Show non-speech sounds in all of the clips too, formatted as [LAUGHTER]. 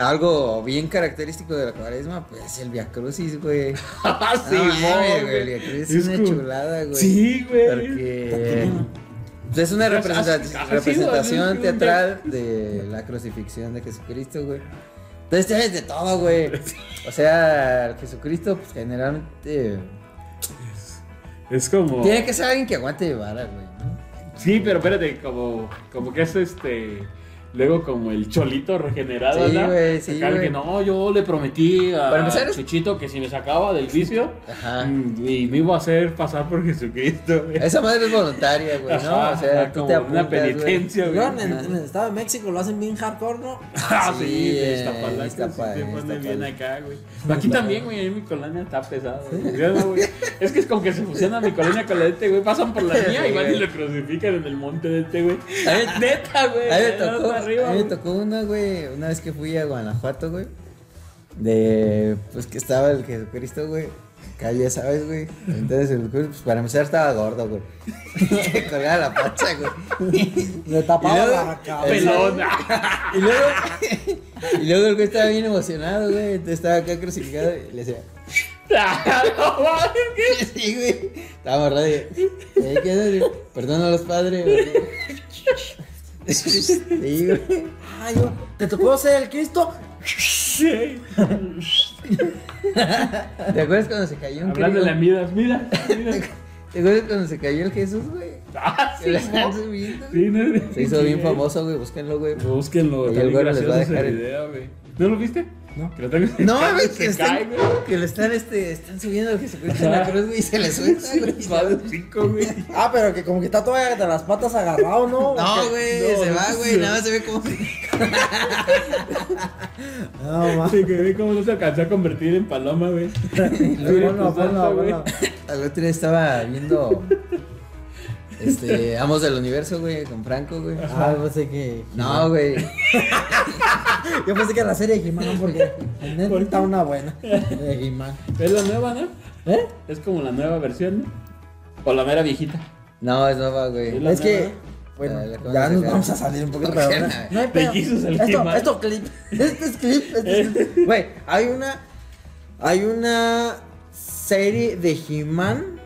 Algo bien característico de la cuaresma, pues es el Via Crucis, [LAUGHS] güey. [LAUGHS] Ah, sí, No no, mames, güey. El Via Crucis Es es una como- chulada, güey. Sí, güey. Porque pues, es una Has- has- representa- has sido, has representación sido un teatral de la crucifixión de Jesucristo, güey. Entonces tienes de todo, güey. O sea, Jesucristo, pues generalmente. Es como. Tiene que ser alguien que aguante llevar, güey, ¿no? Sí, pero espérate, como, como que es este. Luego como el cholito regenerado, Sí, ¿no? güey, sí, Acá el güey. que no, yo le prometí a Para empezar es- Ah. Chuchito que si me sacaba del vicio Ajá. mm, y me iba a hacer pasar por Jesucristo. güey. Esa madre es voluntaria, güey, ¿no? O sea, Ajá, tú como te una apuntas, güey. penitencia, güey. Luego en, en el Estado de México lo hacen bien hardcore, ¿no? [LAUGHS] Ah, Sí, sí, eh, de Iztapalapa, sí, Iztapa- te pone Iztapalapa. bien acá, güey. Aquí también, güey, ahí mi colonia está pesada. güey. Yo no, güey. Es que es como que se fusiona mi colonia con la de este, güey. Pasan por la mía y van y lo crucifican en el monte de este, güey. Neta, güey. A mí me allá tocó, arriba, a mí me güey. tocó una, güey, una vez que fui a Guanajuato, güey. De, pues que estaba el Jesucristo, güey. Acá ya sabes, güey. Entonces el Jesucristo, pues para empezar estaba gordo, güey. [LAUGHS] Se colgaba la pacha, güey. Le tapaba Y luego- la Ah, cabeza. Pelona. Y luego, [LAUGHS] y luego el güey estaba bien emocionado, güey. Entonces estaba acá crucificado y le decía, [LAUGHS] No mames, ¿qué? sí, güey. Estaba morrado y, "Eh, ¿qué haces? Perdona a los padres, güey. Sí, güey. Ay, yo, ¿Te tocó ser el Cristo? Sí. ¿Te acuerdas cuando se cayó un Hablando de crío? la Midas, mira, mira. [LAUGHS] ¿Te acuerdas cuando se cayó el Jesús, güey? Ah, Se sí, lo están mo- subiendo. sí, no- Se hizo bien famoso, güey. Búsquenlo, güey. Y Búsquenlo, el está bien güey les va a gracioso ese dejar el- video, güey. ¿No lo viste? No. Que lo tengo- No mames, que, se cae, están, güey. que lo están, este, están subiendo al Jesucristo en la Ajá. cruz, güey, y se le suelta, Sí, güey. les va de cinco, güey. Ah, pero que como que está todavía de las patas agarrado, [LAUGHS] ¿no? No, güey, no, se no, va, no, güey, no. nada más se ve como... [LAUGHS] No, ma. Sí, que ve cómo no se alcanzó a convertir en paloma, güey. [LAUGHS] pues, Ponlo, ponlo, ponlo. Al otro día estaba viendo, este, Amos del Universo, güey, con Franco, güey. Ah, yo pensé que. No, [LAUGHS] güey, Yo pensé que la serie de He-Man, porque. En Netflix ¿Por está una buena. De He-Man. Es la nueva, ¿no? ¿Eh? Es como la nueva versión, ¿no? O la mera viejita. no, es nueva, Es güey. la Es que. La- nueva. la Bueno, acaban ya de nos sacar. vamos a salir un poquito, pero bueno, no hay De pedo. Jesus el Esto, He-Man. esto clip. [LAUGHS] Este es clip. Este es clip. Güey, hay una. Hay una serie de He-Man.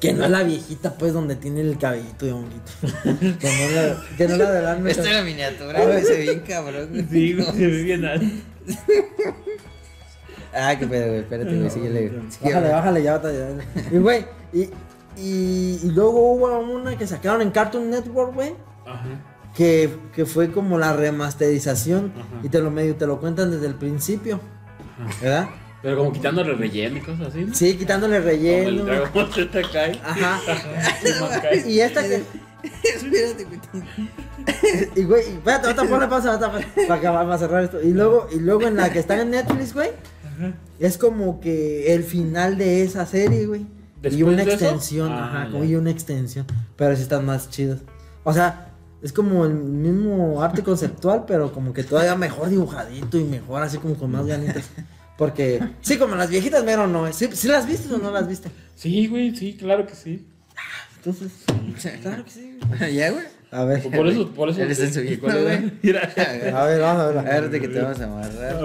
Que no es la viejita, pues, donde tiene el cabellito de honguito. que no es la, que no es la de Alan Esta es la miniatura, güey, se ve bien cabrón, güey. [LAUGHS] Sí, güey, se ve bien al- Ah, qué pedo, güey, espérate, güey, síguele, güey. Síguele, Bájale, güey. bájale, ya bata, ya. Y güey, y, y, y luego hubo una que sacaron en Cartoon Network, güey. Ajá. Que, que fue como la remasterización. Ajá. Y te lo medio, te lo cuentan desde el principio. ¿Verdad? Pero como quitándole relleno y cosas así, ¿no? Sí, quitándole Como el relleno. Dragon Ball Z Kai. Ajá. Sí, más Kai. Y esta que. Espérate, güey. Y güey, y espérate, [LAUGHS] ahorita ponle pausa, ahorita ponle- para acabar, para cerrar esto. Y luego, y luego en la que está en Netflix, güey. Es como que el final de esa serie, güey. Y ¿Después una de eso? extensión, Ah, ajá, ya. como y una extensión. Pero sí están más chidas. O sea, es como el mismo arte conceptual, pero como que todavía mejor dibujadito y mejor, así como con más ganitas. Porque, sí, como las viejitas, pero no. ¿Sí, sí las viste o no las viste? Sí, güey, sí, claro que sí. Entonces, claro que sí. [LAUGHS] ¿Ya, güey? A ver, [LAUGHS] Por eso, por eso. Ya le están subiendo, ¿Cuál era? güey. [LAUGHS] Mira. a ver, vamos a verla. Agárrate que te vamos a [LAUGHS] amarrar.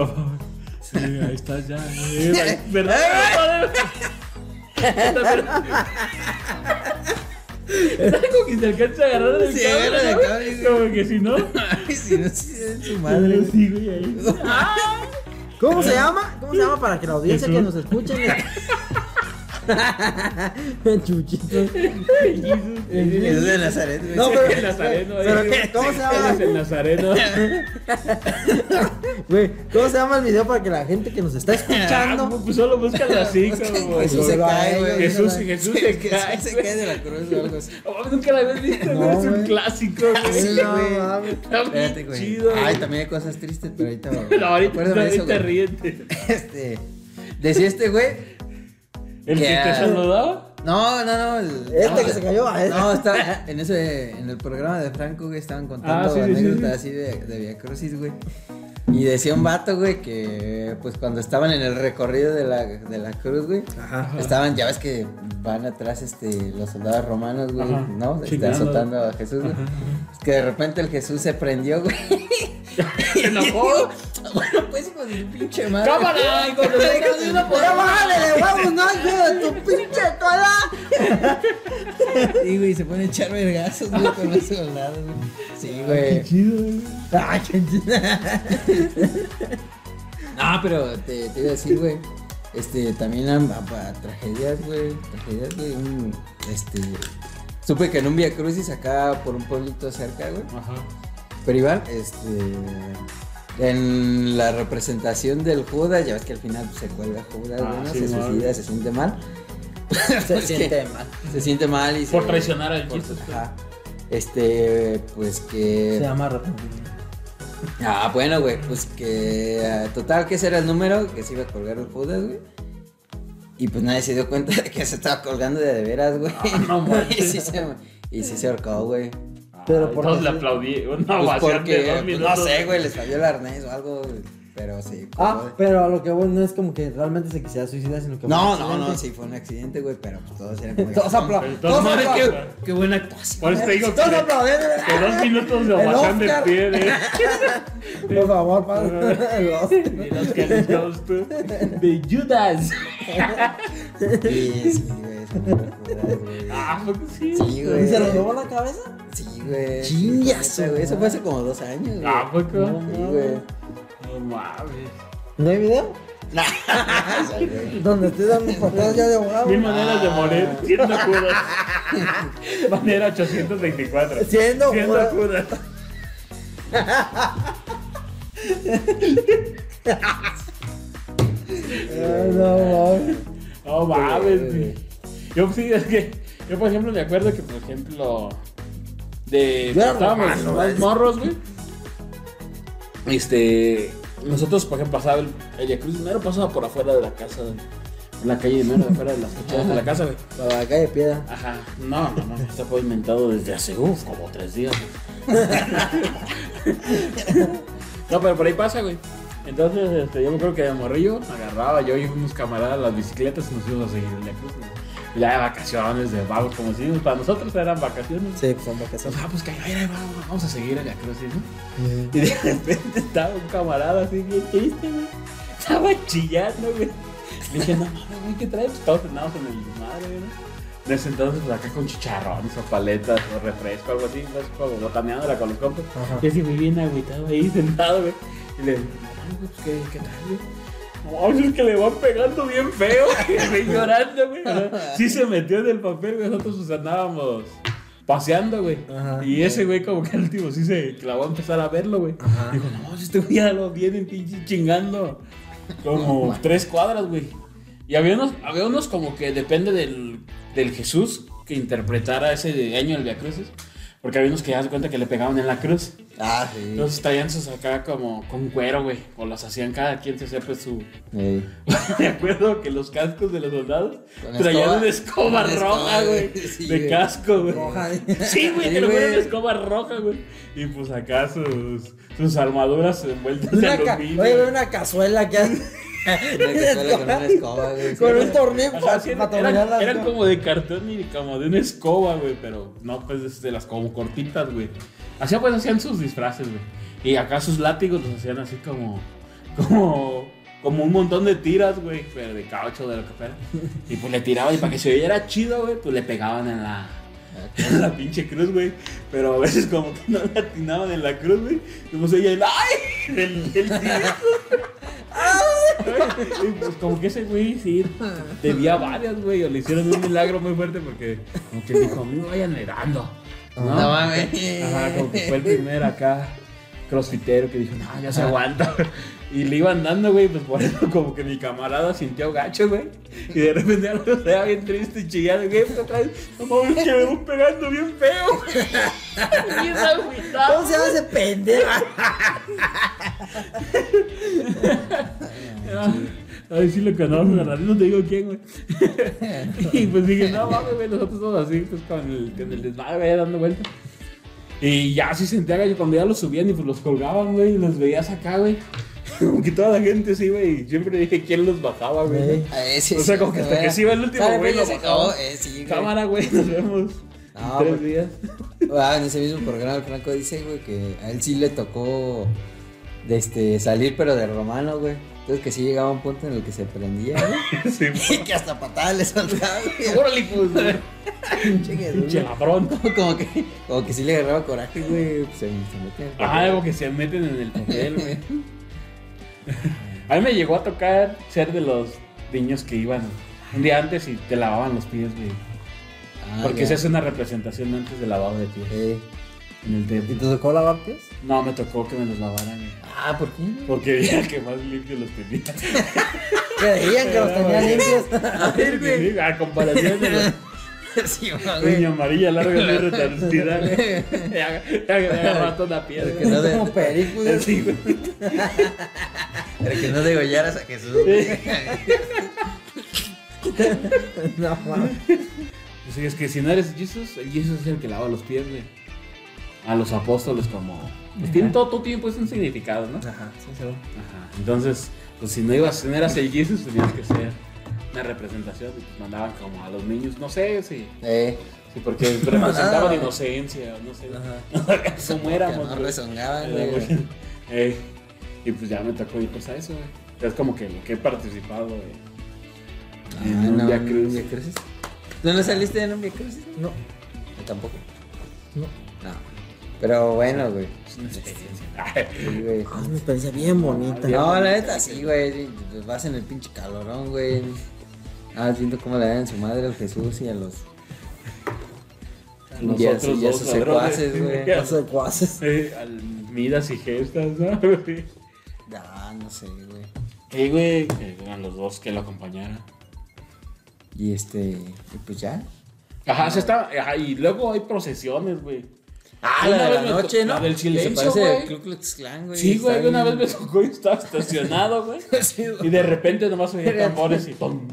Sí, ahí estás ya. eh, ¿Verdad? Es algo que se alcanza a agarrar del Sí, cable, agarra ¿no? del cable, sí. Como que si no. Ay, si no, si es su madre, Madre, güey. sí, [LAUGHS] güey, ahí. ¿Cómo se llama? ¿Cómo se llama para que la audiencia que nos [LAUGHS] escuche? Chuchito. Jesús de Nazaret, güey. No, El nazareno. Pero ahí. ¿qué? ¿Cómo se llama? Eres el nazareno. Güey, ¿cómo se llama el video para que la gente que nos está escuchando? Ah, pues solo búscalo así, como. Jesús se Pero cae, a güey. Jesús, Jesús se Jesús cae, se güey. cae de la cruz o algo así. Oh, Nunca la habías visto, No, güey, es un güey. clásico, Ah, Sí, güey. no, mames. Está bien Espérate, güey. chido. Ay, güey. también hay cosas tristes, pero [LAUGHS] ahorita va. Pero ahorita, Acuérdame de eso, ahorita güey. ríete. [LAUGHS] Este. Decía este, güey. ¿El Ya. que te saludaba? No, no, no. el- Este no, que se cayó, ah, este. No, está. En ese. En el programa de Franco, güey, estaban contando Ah, sí, sí, sí, anécdotas sí. así de, de Via Crucis, güey. Y decía un vato, güey, que pues cuando estaban en el recorrido de la, de la cruz, güey, Ajá. Estaban, ya ves que van atrás este, los soldados romanos, güey, Ajá. ¿no? Están Chingando. azotando a Jesús, güey. Ajá. Es que de repente el Jesús se prendió, güey. [LAUGHS] [LAUGHS] Se enojó. Bueno, pues hijo de tu pinche madre. ¡Cámara! hijo [LAUGHS] de- de una ¡Ya bájale de huevos, no, hijo de tu pinche cola! Sí, güey, se pone a echar vergazos, güey, con los soldados, güey. Sí, Qué güey. chido, güey. Ah, qué No, pero te, te iba a decir, güey. Este, también a, a- a tragedias, güey. Tragedias, güey. un, este. Supe que en un Via Crucis acá por un pueblito cerca, güey. Ajá. Pero Iván, este. En la representación del Judas, ya ves que al final pues, se cuelga Judas, Ah, güey, ¿no? sí, se mal. suicida, se siente mal. Se [LAUGHS] Pues que- siente mal. Se siente mal y Por se- traicionar al por- Jesús. ajá. Este, pues que. Se llama arrepentimiento. Ah, bueno, güey, pues que. ah, Total, que ese era el número que se iba a colgar el Judas, güey. Y pues nadie se dio cuenta de que se estaba colgando de, de veras, güey. Ah, no [LAUGHS] manches. y, sí se, y sí se ahorcó, güey. Pero Ay, por todos qué- Ah, le aplaudí. Una Pues ovación de dos porque, pues, no minutos. sé, güey, les falló el arnés o algo, güey, pero sí. colgó Ah, de- pero a lo que voy no es como que realmente se quisiera suicidar, sino que. No, no, no, sí fue un accidente, güey, pero pues todos eran como. Todos apla- Pero todos todos mames, apla- qué- Qué buena actuación. Por eso te [LAUGHS] digo que, todos aplaudiendo. que dos minutos de El ovación de Oscar. pie. De, Por favor, padre. [LAUGHS] El Oscar. de los que les gustó. De Judas. Sí, sí, güey, son muy crudas, güey. Ah, fue que sí. Sí, güey. ¿Y se lo llevó la cabeza? Sí, güey. Chingas, Sí, güey. Eso fue hace como dos años, güey. Ah, fue que. Sí, güey. No mames. ¿No hay video? Donde estoy dando patadas ya de abogado. Mil maneras de morir. Siendo Judas. Manera 824. Siendo Siendo Judas. Judas. Ah, Ay, No, mames. No mames, güey. Yo sí, es que. Yo, por ejemplo, me acuerdo que, por ejemplo. De. Yo era estábamos romano, más eh. morros, güey. Este. Nosotros, por ejemplo, pasaba el, el Via Crucis Mero pasaba por afuera de la casa. Por la calle de Mero, afuera de las fachadas de la casa, güey. Para la calle piedra. Ajá. No, no, no. Está fue inventado desde hace, uf, como tres días. [LAUGHS] no, pero por ahí pasa, güey. Entonces, este, yo me acuerdo que de morrillo agarraba yo y unos camaradas las bicicletas y nos íbamos a seguir en la cruz. güey. Ya de vacaciones, de vagos, como si para nosotros eran vacaciones. Sí, pues son Entonces, vacaciones. ah, pues que ahí va, vamos, vamos a seguir en la cruz, ¿sí? Y de repente estaba un camarada así bien triste, güey. Estaba chillando, güey. Le dije, no mames, güey, ¿qué traes? Pues todos sentados en el desmadre, güey. ¿no? En ese entonces, pues acá con chicharrones o paletas o refresco, algo así, pues como botaneándola con los compas. Ajá. Y así muy bien agüitado ahí [LAUGHS] sentado, güey. Y le dije, no, güey, pues qué, qué tal, güey. No, pues, es que le van pegando bien feo, [LAUGHS] güey, me llorando, güey. Sí se metió en el papel, güey. Nosotros pues andábamos paseando, güey. Ajá. Y ese güey como que al último sí se clavó a empezar a verlo, güey. Ajá. Digo, no, si este güey ya lo vienen pinche chingando. Como [LAUGHS] tres cuadras, güey. Y había unos, había unos como que depende del, del Jesús que interpretara ese de año el Via Crucis. Porque había unos que ya se cuenta que le pegaban en la cruz. Ah, sí. Entonces traían sus acá como con cuero, güey. O las hacían cada quien se sepa su. [LAUGHS] Ey. Me acuerdo que los cascos de los soldados Con traían escoba. una escoba Con escoba, roja, güey. güey. Sí, de güey. casco, güey. Roja. Sí, güey, Sí, te lo juro, güey. una escoba roja, güey. Y pues acá sus, sus armaduras envueltas en Una ca- aluminio. Oye, ve una cazuela que hace. Una cazuela con [LAUGHS] una escoba, güey. Con un tornillo O sea, para sí, para eran, tornear las eran co- como de cartón y como de una escoba, güey, pero no, pues este, las como cortitas, güey. Así pues hacían sus disfraces, güey. Y acá sus látigos los hacían así como, como, como un montón de tiras, güey, pero de caucho, de lo que fuera. Y pues le tiraban y para que se oyera chido, güey, pues le pegaban en la, en la pinche cruz, güey. Pero a veces como que no le atinaban en la cruz, güey. Y pues ella, ¡ay! El, el tiro. Y pues como que ese güey sí debía varias, güey, o le hicieron un milagro muy fuerte porque como que dijo, a mí me vayan negando. No mames. Ajá, como que fue el primer acá crossfitero que dijo, no, ya se aguanta. Y le iban dando, güey, pues por eso como que mi camarada sintió gacho, güey. Y de repente algo se veía bien triste y chillado, güey, pues otra vez, no mames, que me voy pegando bien feo, güey. Bien agüitado. ¿Cómo se llama ese pendejo? A ver si Ah, lo conocen, ¿verdad? No te digo quién, güey. [LAUGHS] y pues dije, no mames, güey, nosotros somos así, pues con el, con el desmadre, güey, dando vueltas. Y ya así sentía gallo cuando ya los subían y pues los colgaban, güey, y los veías acá, güey. [LAUGHS] Como que toda la gente sí, güey. y Siempre dije quién los bajaba, güey. Güey. A ver, sí, O sea, como que sí, hasta que güey. sí iba el último, Sale, güey, ya lo se bajaba. acabó. Eh, sí, güey. Cámara, güey, nos vemos. No, en [LAUGHS] tres pues- días. Ah, en ese mismo programa el Franco dice, güey, que a él sí le tocó de este, salir, pero de romano, güey. Entonces que sí llegaba un punto en el que se prendía, güey. Sí, [LAUGHS] y que hasta patadas le soltaba, güey. Órale, [LAUGHS] pues, güey. Chingue, güey. Pinche ladrón. Como que, como que sí le agarraba coraje, güey. Pues se, se mete. Ah, algo que se meten en el papel, güey. A mí me llegó a tocar ser de los niños que iban un día antes y te lavaban los pies, güey. Ah, Porque ya. se hace una representación antes de lavado de pies. Eh, En el ¿Y templo. te tocó lavar pies? No, me tocó que me los lavaran, güey. Ah, ¿por qué? Porque veía [LAUGHS] que más limpios los tenía. Creían que [LAUGHS] los tenía limpios. A ver, güey. A comparación de la Sí, va, niña güey. amarilla larga y [LAUGHS] retorcida, güey. Ya- Ya que me agarraba toda Pero que no [LAUGHS] piedra. de- Como pericos. güey. Así, güey. Pero que no degollaras a Jesús. [LAUGHS] No mames. Pues sí, es que si no eres Jesús, el Jesús es el que lava los pies, güey. A los apóstoles como... Pues tienen todo, todo tiene pues un significado, ¿no? Ajá, sí, seguro. Ajá. Entonces, pues si no ibas, si no eras el Jesús, tenías que ser una representación. Y pues mandaban como a los niños, no sé, sí. Eh, Sí, [LAUGHS] porque representaban Ah. inocencia, [LAUGHS] no sé. Ajá. ¿Cómo que éramos? no Ah, güey. rezongaban, Era güey. muy- Ey, y pues ya me tocó ir pues a eso, güey. Es como que lo que he participado, güey. En Ah, un no, Via ¿un Crucis. Via Crucis? ¿No, no saliste en un Via Crucis? No, Yo tampoco. no. No. Pero bueno, güey. Es una experiencia. [LAUGHS] Sí, güey. Es una experiencia Ah, bien bonita. Bien No, la bonita. neta sí, güey. Pues Vas en el pinche calorón, güey. Ah, viendo cómo le dan en su madre a Jesús y a los. Nosotros y a sus- y a dos sus ladrones. secuaces, güey. [LAUGHS] Ya. No sé cuáles. Eh, al- Midas y gestas, ¿no? [LAUGHS] güey? Ah, no sé, güey. Ey, güey, que eran los dos que lo acompañaron. Y este. Y pues ya. Ajá, se está. Ajá, y luego hay procesiones, güey. Ah, Una la de vez la me noche, to- ¿no? la del Que silencio, Se parece güey. al Ku Klux Klan, güey. Sí, güey, Está una vez bien- me tocó y estaba estacionado, güey. Sí, güey. Y de repente nomás [LAUGHS] oía tambores y tom,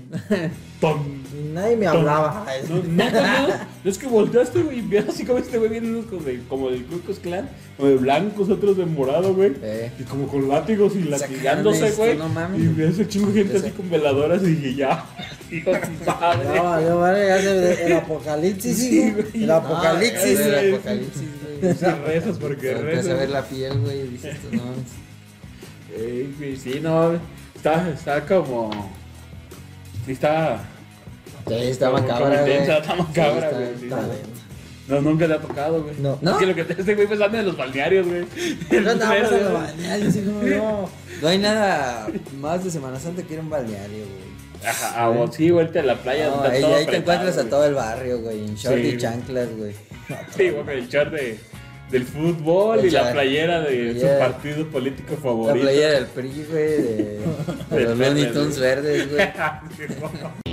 tom, Y nadie me hablaba. No, no, no, no. Es que volteaste, güey, y veas así como este güey viene unos como, de, como del Ku Klux Klan, como de blancos, otros de morado, güey. Eh. Y como con látigos y Sacando latigándose, esto, güey. no mames. Y veas el chingo de gente Ese. así con veladoras y dije, ya. [LAUGHS] Hijo de su Ya madre. valió, vale, ya se- el apocalipsis, sí, güey. Ah, El No, apocalipsis. güey, güey. El apocalipsis, güey. O sea, rezas porque Empieza a ver rezas. la piel, güey, y dices tú, no mames. Ey, güey, sí, no, está, está como. Sí, está. Sí, está como- como macabra, güey. intensa, Está macabra, Sí, güey. está- sí, está no. densa. No, nunca le ha tocado, güey. No. ¿No? Es que lo que te este güey pensando en los balnearios, güey. No, no, [LAUGHS] Pero, vamos a bañar. Yo sí, como, no. No hay nada más de Semana Santa que ir a un balneario, güey. Ajá, ah, bueno, sí, vuelta a la playa. No, está ahí, todo ahí te apretado, encuentras a güey. todo el barrio, güey, en short Sí. y chanclas, güey. Sí, güey, el short de, del fútbol El y la short. playera de Yeah. su partido político La favorito. playera del PRI, güey, de, de [LAUGHS] Del los verde, Looney Tunes güey. verdes, güey. [LAUGHS] Sí, güey.